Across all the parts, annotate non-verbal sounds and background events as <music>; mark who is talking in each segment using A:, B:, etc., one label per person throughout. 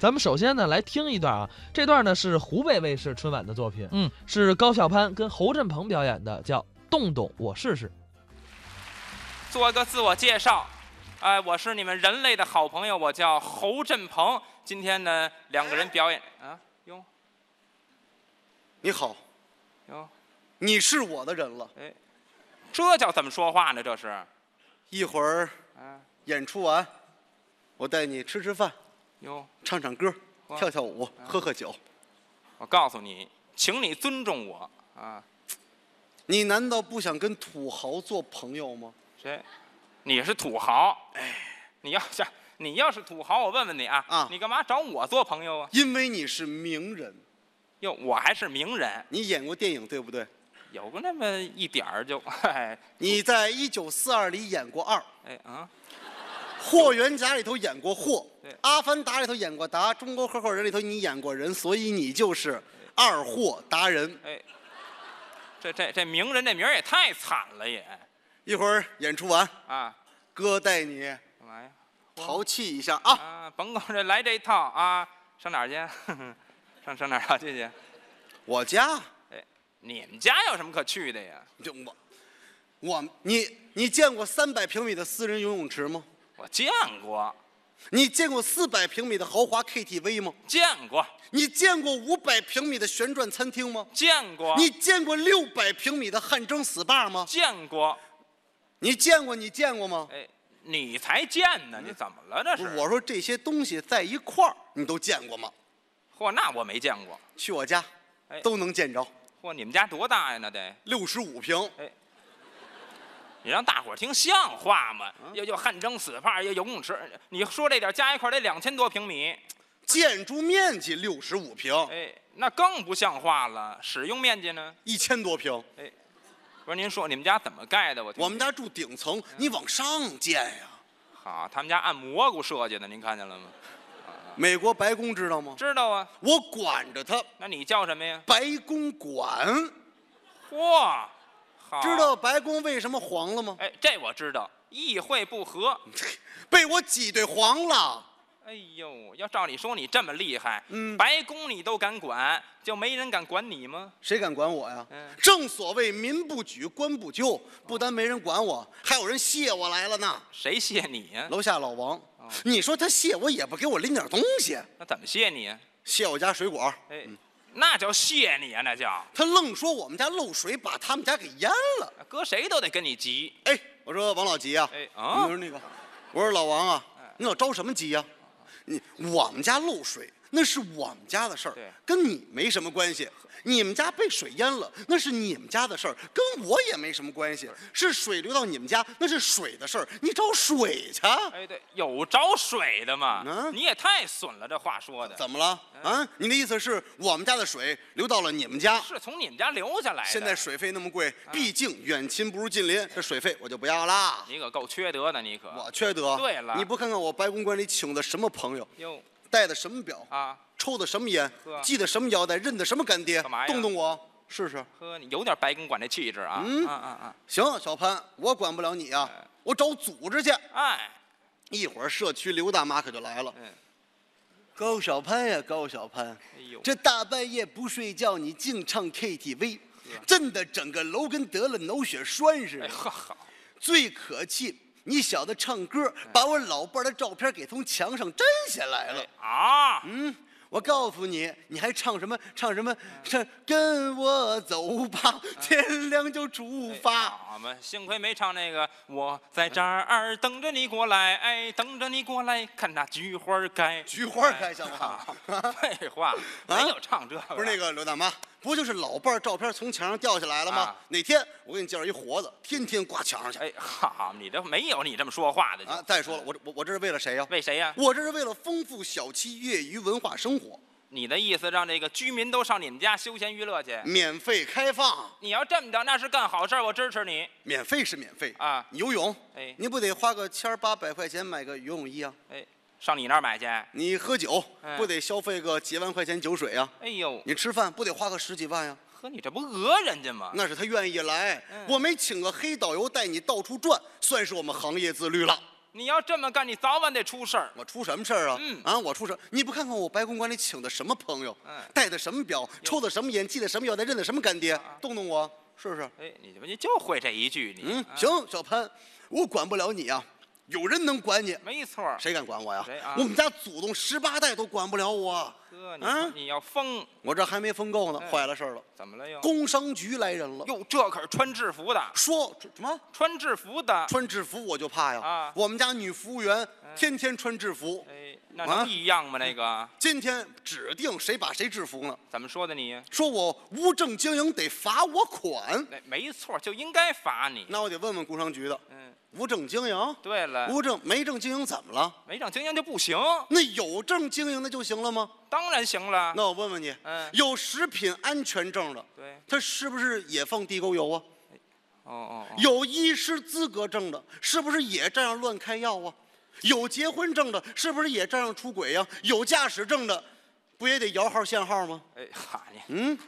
A: 咱们首先呢来听一段啊，这段呢是湖北卫视春晚的作品，
B: 嗯，
A: 是高晓攀跟侯振鹏表演的，叫《动动我试试》。
C: 做一个自我介绍，哎，我是你们人类的好朋友，我叫侯振鹏。今天呢，两个人表演啊，哟
D: 你好，
C: 哟，
D: 你是我的人了。
C: 这叫怎么说话呢？这是，
D: 一会儿
C: 啊，
D: 演出完，我带你吃吃饭，
C: 哟，
D: 唱唱歌，
C: 哇
D: 跳跳舞，喝喝酒。
C: 我告诉你，请你尊重我啊。
D: 你难道不想跟土豪做朋友吗？
C: 谁？你是土豪？哎，你要是你要是土豪，我问问你啊，
D: 啊
C: 你干嘛找我做朋友啊？
D: 因为你是名人，
C: 哟，我还是名人，
D: 你演过电影对不对？
C: 有那么一点儿就， <laughs> 哎
D: 你在《一九四二》里演过二，《
C: 哎啊，
D: 霍元甲》里头演过霍，
C: 对
D: 《阿凡达》里头演过达，《中国合伙人》里头你演过人，所以你就是二货达人。
C: 哎，这这这名人这名儿也太惨了也
D: 一会儿演出完，
C: 啊，
D: 哥带你
C: 干嘛呀？
D: 淘气一下啊！
C: 啊，甭管这来这一套啊，上哪儿去？ <laughs> 上上哪儿啊？去去？
D: 我家，
C: 你们家有什么可去的呀？
D: 就我，我你你见过三百平米的私人游泳池吗？
C: 我见过，
D: 你见过四百平米的豪华 KTV 吗？
C: 见过，
D: 你见过五百平米的旋转餐厅吗？
C: 见过，
D: 你见过六百平米的汗蒸 SPA 吗？
C: 见过。
D: 你见过？你见过吗？
C: 哎，你才见呢！你怎么了？这
D: 不是，
C: 是
D: 我说这些东西在一块儿，你都见过吗？
C: 嚯，那我没见过。
D: 去我家
C: 哎，
D: 都能见着，
C: 嚯，你们家多大呀？那得，
D: 六十五平。
C: 你让大伙儿听像话吗？
D: 嗯
C: 又又汗蒸死帕，又游泳池，你说这点加一块儿得两千多平米，
D: 建筑面积六十五平，
C: 哎，那更不像话了。使用面积呢？
D: 一千多平。
C: 嗯不是您说你们家怎么盖的？我听
D: 我们家住顶层，
C: 嗯
D: 你往上建呀。
C: 好，啊他们家按蘑菇设计的，您看见了吗？
D: 美国白宫知道吗？
C: 知道啊。
D: 我管着它，
C: 那你叫什么呀？
D: 白宫管。
C: 嚯，好，
D: 知道。白宫为什么黄了吗？
C: 哎，这我知道，议会不和。
D: 被我挤兑黄了。
C: 哎呦，要照你说你这么厉害，
D: 嗯
C: 白宫你都敢管，就没人敢管你吗？
D: 谁敢管我呀？
C: 嗯
D: 正所谓民不举，官不究，不单没人管我，还有人谢我来了呢。
C: 谁谢你呀、
D: 楼下老王，你说他谢我也不给我拎点东西，
C: 那怎么谢你呀、
D: 谢我家水果，
C: 哎，那叫谢你呀、啊那叫
D: 他愣说我们家漏水把他们家给淹了。
C: 搁谁都得跟你急。
D: 哎，我说王老吉啊，
C: 哎啊哎
D: 我说那个，我说老王啊，你老着什么急呀、你我们家漏水那是我们家的事儿
C: 对，
D: 跟你没什么关系。你们家被水淹了那是你们家的事儿，跟我也没什么关系。是水流到你们家那是水的事儿，你找水去。啊
C: 哎，对，有找水的吗？
D: 嗯
C: 你也太损了，这话说的
D: 怎么了？
C: 哎
D: 啊，你的意思是我们家的水流到了你们家？
C: 是从你们家留下来的。
D: 现在水费那么贵，
C: 啊
D: 毕竟远亲不如近邻，这水费我就不要啦。
C: 你可够缺德的，你可
D: 我缺德。
C: 啊对了
D: 你不看看我白公馆里请的什么朋友，
C: 哟
D: 戴的什么表，
C: 啊，
D: 抽的什么烟
C: 呵，
D: 系的什么腰带，认的什么干爹
C: 干嘛呀，
D: 动动我试试。
C: 呵，你有点白公馆这气质啊。嗯啊啊
D: 行，小潘，我管不了你啊，
C: 哎
D: 我找组织去。
C: 啊！哎，
D: 一会儿社区刘大妈可就来了。
C: 嗯，
D: 高小潘呀，高小潘，
C: 哎呦，
D: 这大半夜不睡觉，你净唱 KTV，震得整个楼跟得了脑血栓似
C: 啊哎
D: 的。
C: 呵好，
D: 最可气，你小子唱歌把我老伴儿的照片给从墙上摘下来了
C: 哎。啊，
D: 嗯，我告诉你，你还唱什么？唱什么？唱跟我
C: <laughs>
D: 走吧，天亮就出发。
C: 哎好嘛，幸亏没唱那个，我在这儿等着你过来，哎，等着你过来，看那菊花儿开。
D: 菊花开像
C: <laughs>
D: 话
C: 哎废话，没有唱这个。
D: <laughs> 不是那
C: 个，
D: 个刘大妈，不就是老伴儿照片从墙上掉下来了吗？
C: 啊
D: 哪天我给你介绍一活的，天天挂墙上去。
C: 哎，好，你这没有你这么说话的就
D: 啊，再说了，我这我我这是为了谁呀、
C: 为谁呀？
D: 我这是为了丰富小区业余文化生活，
C: 你的意思让这个居民都上你们家休闲娱乐去？
D: 免费开放，
C: 你要这么着，那是干好事儿，我支持你。
D: 免费是免费
C: 啊
D: 你游泳，
C: 哎
D: 你不得花个千儿八百块钱买个游泳衣啊？
C: 哎，上你那儿买去？
D: 你喝酒
C: 哎
D: 不得消费个几万块钱酒水啊？
C: 哎呦，
D: 你吃饭不得花个十几万呀、
C: 呵，你这不讹人家吗？
D: 那是
C: 嗯
D: 他愿意来，我没请个黑导游带你到处转，算是我们行业自律了。
C: 你要这么干，你早晚得出事儿。
D: 我出什么事儿啊？
C: 嗯
D: 啊，我出事儿！你不看看我白公馆里请的什么朋友，
C: 嗯
D: 戴的什么表，抽的什么烟，系的什么腰带，认的什么干爹，
C: 啊
D: 动动我，是不是？
C: 哎，你怎么你就会这一句你？
D: 嗯
C: 啊，
D: 行，小潘，我管不了你啊，有人能管你，
C: 没错儿。
D: 谁敢管我呀
C: 谁啊？
D: 我们家祖宗十八代都管不了我，
C: 哥，你、
D: 啊
C: 你要疯，
D: 我这还没疯够呢，
C: 哎
D: 坏了事儿了，
C: 怎么了又？
D: 工商局来人了，
C: 哟，这可是穿制服的，
D: 说什么？
C: 穿制服的。
D: 穿制服我就怕呀！
C: 啊嗯
D: 我们家女服务员天天穿制服，
C: 哎，那
D: 啊
C: 能一样吗？那个
D: 今天指定谁把谁制服呢？
C: 怎么说的你？
D: 说我无证经营得罚我款，
C: 那哎没错儿，就应该罚你。
D: 那我得问问工商局的，
C: 嗯，
D: 无证经营，
C: 对了，
D: 无证没证经营怎么了？
C: 没长经营就不行，
D: 那有证经营的就行了吗？
C: 当然行了。
D: 那我问问你，
C: 嗯
D: 有食品安全证的，
C: 对，
D: 他是不是也放地沟油啊？
C: 哦哦哦，
D: 有医师资格证的，是不是也这样乱开药啊？有结婚证的，是不是也这样出轨呀、有驾驶证的，不也得摇号限号吗？
C: 哎，哈你，
D: 嗯，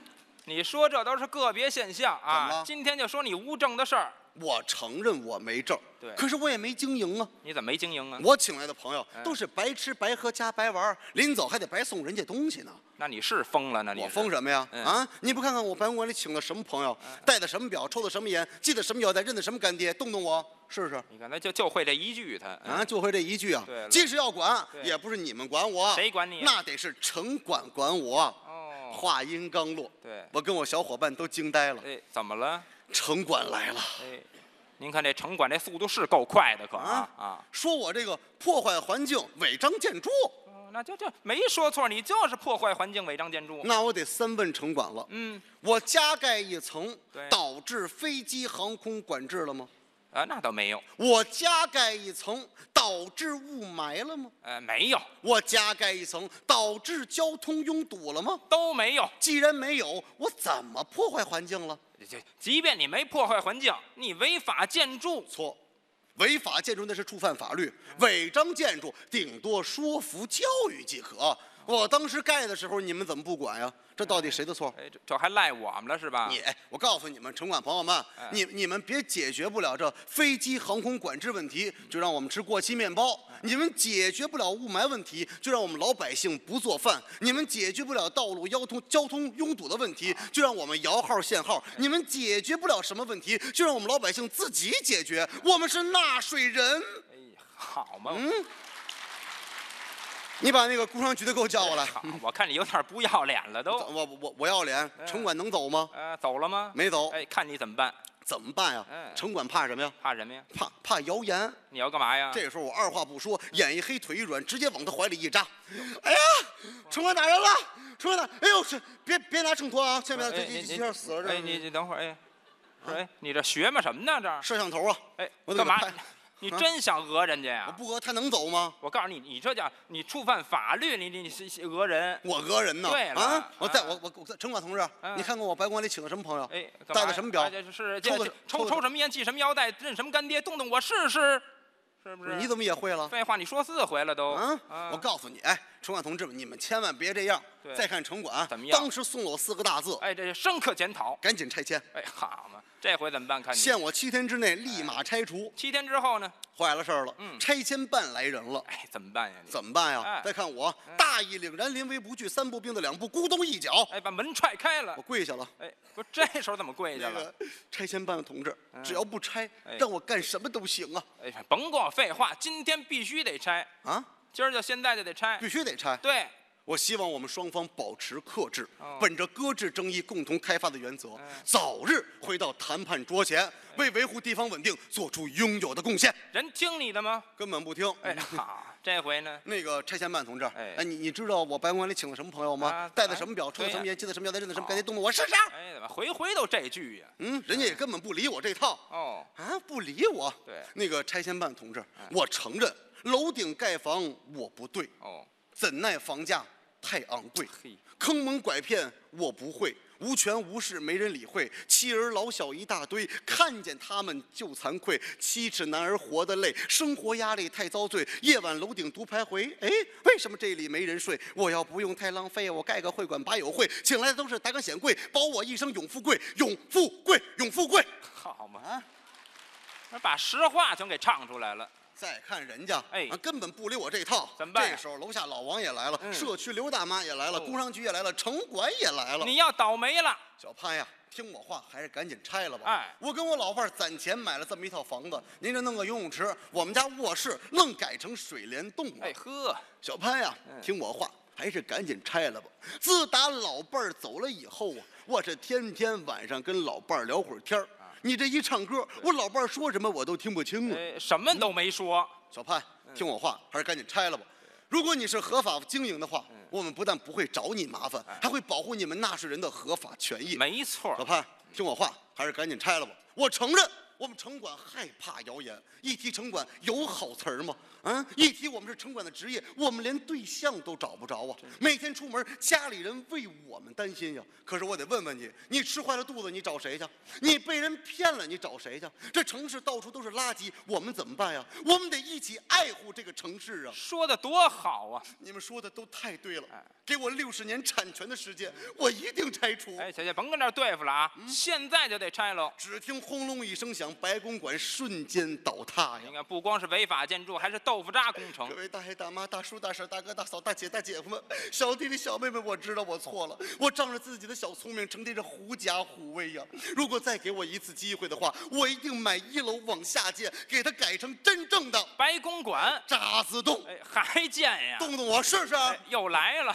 C: 你说这都是个别现象
D: 怎么
C: 啊
D: 了。
C: 今天就说你无证的事儿，
D: 我承认我没证，
C: 对
D: 可是我也没经营啊。
C: 你怎么没经营啊？
D: 我请来的朋友
C: 嗯
D: 都是白吃白喝加白玩儿，临走还得白送人家东西呢。
C: 那你是疯了？那你
D: 我
C: 是
D: 疯什么呀？
C: 嗯
D: 啊，你不看看我白公馆里请的什么朋友，戴的什么表，抽的什么烟，系的什么腰带，认的什么干爹，动动我试试
C: 你看他就就会这一句，他嗯
D: 啊！就会这一句啊
C: 对了。
D: 即使要管，
C: 对
D: 也不是你们管我，
C: 谁管你啊
D: 那得是城管管我。
C: 哦，
D: 话音刚落，
C: 对，
D: 我跟我小伙伴都惊呆了，
C: 哎，怎么了？
D: 城管来了，
C: 哎，您看这城管这速度是够快的，可啊啊，
D: 说我这个破坏环境、违章建筑，
C: 哦那就就没说错，你就是破坏环境、违章建筑。
D: 那我得三问城管了。
C: 哦嗯
D: 我加盖一层
C: 对，
D: 导致飞机航空管制了吗？
C: 啊，那倒没有，
D: 我加盖一层，导致雾霾了吗？
C: 呃，没有，
D: 我加盖一层，导致交通拥堵了吗？
C: 都没有。
D: 既然没有，我怎么破坏环境了？
C: 这即便你没破坏环境，你违法建筑，
D: 错，违法建筑那是触犯法律，违章建筑顶多说服教育即可。我当时盖的时候，你们怎么不管呀？这到底谁的错？
C: 哎，这这还赖我们了是吧？
D: 你，哎我告诉你们，城管朋友们，
C: 哎
D: 你你们别解决不了这飞机航空管制问题，
C: 嗯
D: 就让我们吃过期面包；
C: 哎
D: 你们解决不了雾霾问题，就让我们老百姓不做饭；你们解决不了道路交通交通拥堵的问题，
C: 啊
D: 就让我们摇号限号；
C: 哎
D: 你们解决不了什么问题，就让我们老百姓自己解决。我们是纳税人。
C: 哎，好嘛，
D: 嗯你把那个工商局的给我叫过来，
C: 哎好，我看你有点不要脸了都。
D: 我我我要脸，城管能走吗？
C: 呃，走了吗？
D: 没走，
C: 哎，看你怎么办，
D: 怎么办呀
C: 嗯？
D: 城管怕什么呀？
C: 怕什么呀？
D: 怕怕谣言。
C: 你要干嘛呀？
D: 这时候我二话不说，
C: 嗯
D: 眼一黑，腿一软，直接往他怀里一扎。哎呀，城管打人了！城管打，哎呦，这别别拿秤砣啊，下面
C: 哎
D: 这
C: 你
D: 这
C: 你
D: 这下死了这啊
C: 哎，你你等会儿，哎，不是哎，你这学嘛什么呢？这儿，
D: 摄像头啊！
C: 哎，
D: 我得
C: 干嘛
D: 拍？
C: 你
D: 啊
C: 真想讹人家
D: 我
C: 呀？
D: 不讹他能走吗？
C: 我告诉你，你这叫你触犯法律，你你你是是讹人。
D: 我讹人呢！
C: 对了
D: 啊，我在
C: 啊
D: 我我我城管同志，
C: 嗯
D: 你看看我白馆里请的什么朋友？
C: 哎，干嘛
D: 戴
C: 呀
D: 的什么表
C: 哎？这是
D: 抽
C: 这
D: 的
C: 这
D: 抽
C: 抽
D: 的
C: 抽什么烟，系什么腰带，认什么干爹，动动我试试，是不是？
D: 你怎么也会了？
C: 废话，你说四回了都。
D: 啊！我告诉你，哎，城管同志们，你们千万别这样。
C: 对
D: 再看城管，
C: 怎么样
D: 当时送了我四个大字：
C: 哎，这是深刻检讨。
D: 赶紧拆迁，
C: 哎，好嘛，这回怎么办？看你
D: 限我七天之内立马拆除。
C: 七天之后呢？
D: 坏了事儿了，
C: 嗯
D: 拆迁办来人了。
C: 哎，怎么办呀？你
D: 怎么办呀
C: 哎？
D: 再看我大义凛然，临危不惧，三步并作两步，咕咚一脚，
C: 哎，把门踹开了
D: 我。跪下了。
C: 哎，不是，这时候怎么跪下
D: 那
C: 了？
D: 个拆迁办的同志，只要不拆
C: 哎，
D: 让我干什么都行啊！
C: 哎，甭跟我废话，今天必须得拆，
D: 啊，
C: 今儿就现在就得拆
D: 必。须得拆。
C: 对，
D: 我希望我们双方保持克制
C: 哦，哎
D: 本着搁置争议、共同开发的原则，早日回到谈判桌前，为维护地方稳定做出应有的贡献。
C: 人听你的吗？
D: 根本不听。
C: 哎，好，这回呢？
D: 那个拆迁办同志，
C: 哎
D: 哎，你你知道我白宫里请的什么朋友吗
C: 啊？
D: 带的什么表，抽的
C: 对
D: 什么
C: 呀哦
D: 烟，系的什么腰带，认的什么
C: 好
D: 干爹，动动我啊试试。
C: 哎，怎么回回都这句呀？
D: 嗯，人家也根本不理我这套。
C: 哦，
D: 啊，不理我。
C: 对
D: 那个拆迁办同志，我承认楼顶盖房我不对，
C: 哦，
D: 怎奈房价太昂贵，
C: 嘿，
D: 坑蒙拐骗我不会，无权无势没人理会，妻儿老小一大堆，看见他们就惭愧，七尺男儿活得累，生活压力太遭罪，夜晚楼顶独徘徊。哎，为什么这里没人睡？我要不用太浪费，我盖个会馆把友会，请来的都是达官显贵，保我一生永富贵，永富贵，永富贵。
C: 好嘛，
D: 啊，
C: 把实话全给唱出来了。
D: 再看人家，
C: 哎
D: 啊根本不理我这套，
C: 怎么办呀
D: 这时候楼下老王也来了，
C: 嗯
D: 社区刘大妈也来了，
C: 哦
D: 工商局也来了，城管也来了。
C: 你要倒霉了。
D: 小潘呀，听我话，还是赶紧拆了吧。
C: 哎
D: 我跟我老伴儿攒钱买了这么一套房子，您这弄个游泳池，我们家卧室愣改成水帘洞了。
C: 哎呵，
D: 小潘呀、
C: 嗯
D: 听我话，还是赶紧拆了吧。自打老伴儿走了以后啊，我这天天晚上跟老伴儿聊会儿天儿。
C: 啊
D: 你这一唱歌，我老伴儿说什么我都听不清了。
C: 呃，什么都没说。
D: 小潘，
C: 嗯
D: 听我话，还是赶紧拆了吧。如果你是合法经营的话，
C: 嗯
D: 我们不但不会找你麻烦，还会保护你们纳税人的合法权益。
C: 哎没错
D: 老
C: 儿，
D: 潘，听我话，还是赶紧拆了吧。我承认，我们城管害怕谣言。一提城管，有好词儿吗？啊，一提我们是城管的职业，我们连对象都找不着啊！每天出门，家里人为我们担心呀。可是我得问问你，你吃坏了肚子，你找谁去？你被人骗了，你找谁去？这城市到处都是垃圾，我们怎么办呀？我们得一起爱护这个城市啊！
C: 说的多好啊！
D: 你们说的都太对了
C: 哎，
D: 给我六十年产权的时间，我一定拆除。啊
C: 哎，姐姐甭跟这儿对付了啊，
D: 嗯
C: 现在就得拆喽。
D: 只听轰隆一声响，白公馆瞬间倒塌
C: 你
D: 呀！
C: 看，不光是违法建筑，还是豆腐渣工
D: 各
C: 程。
D: 位大爷大妈、大叔大婶、大哥大嫂、大姐大姐夫们、小弟弟小妹妹，我知道我错了，我仗着自己的小聪明，成天是狐假虎威呀！如果再给我一次机会的话，我一定买一楼往下建，给它改成真正的
C: 白公馆，
D: 渣滓洞，
C: 哎，还建呀？
D: 动动我试试。啊
C: 哎，又来了。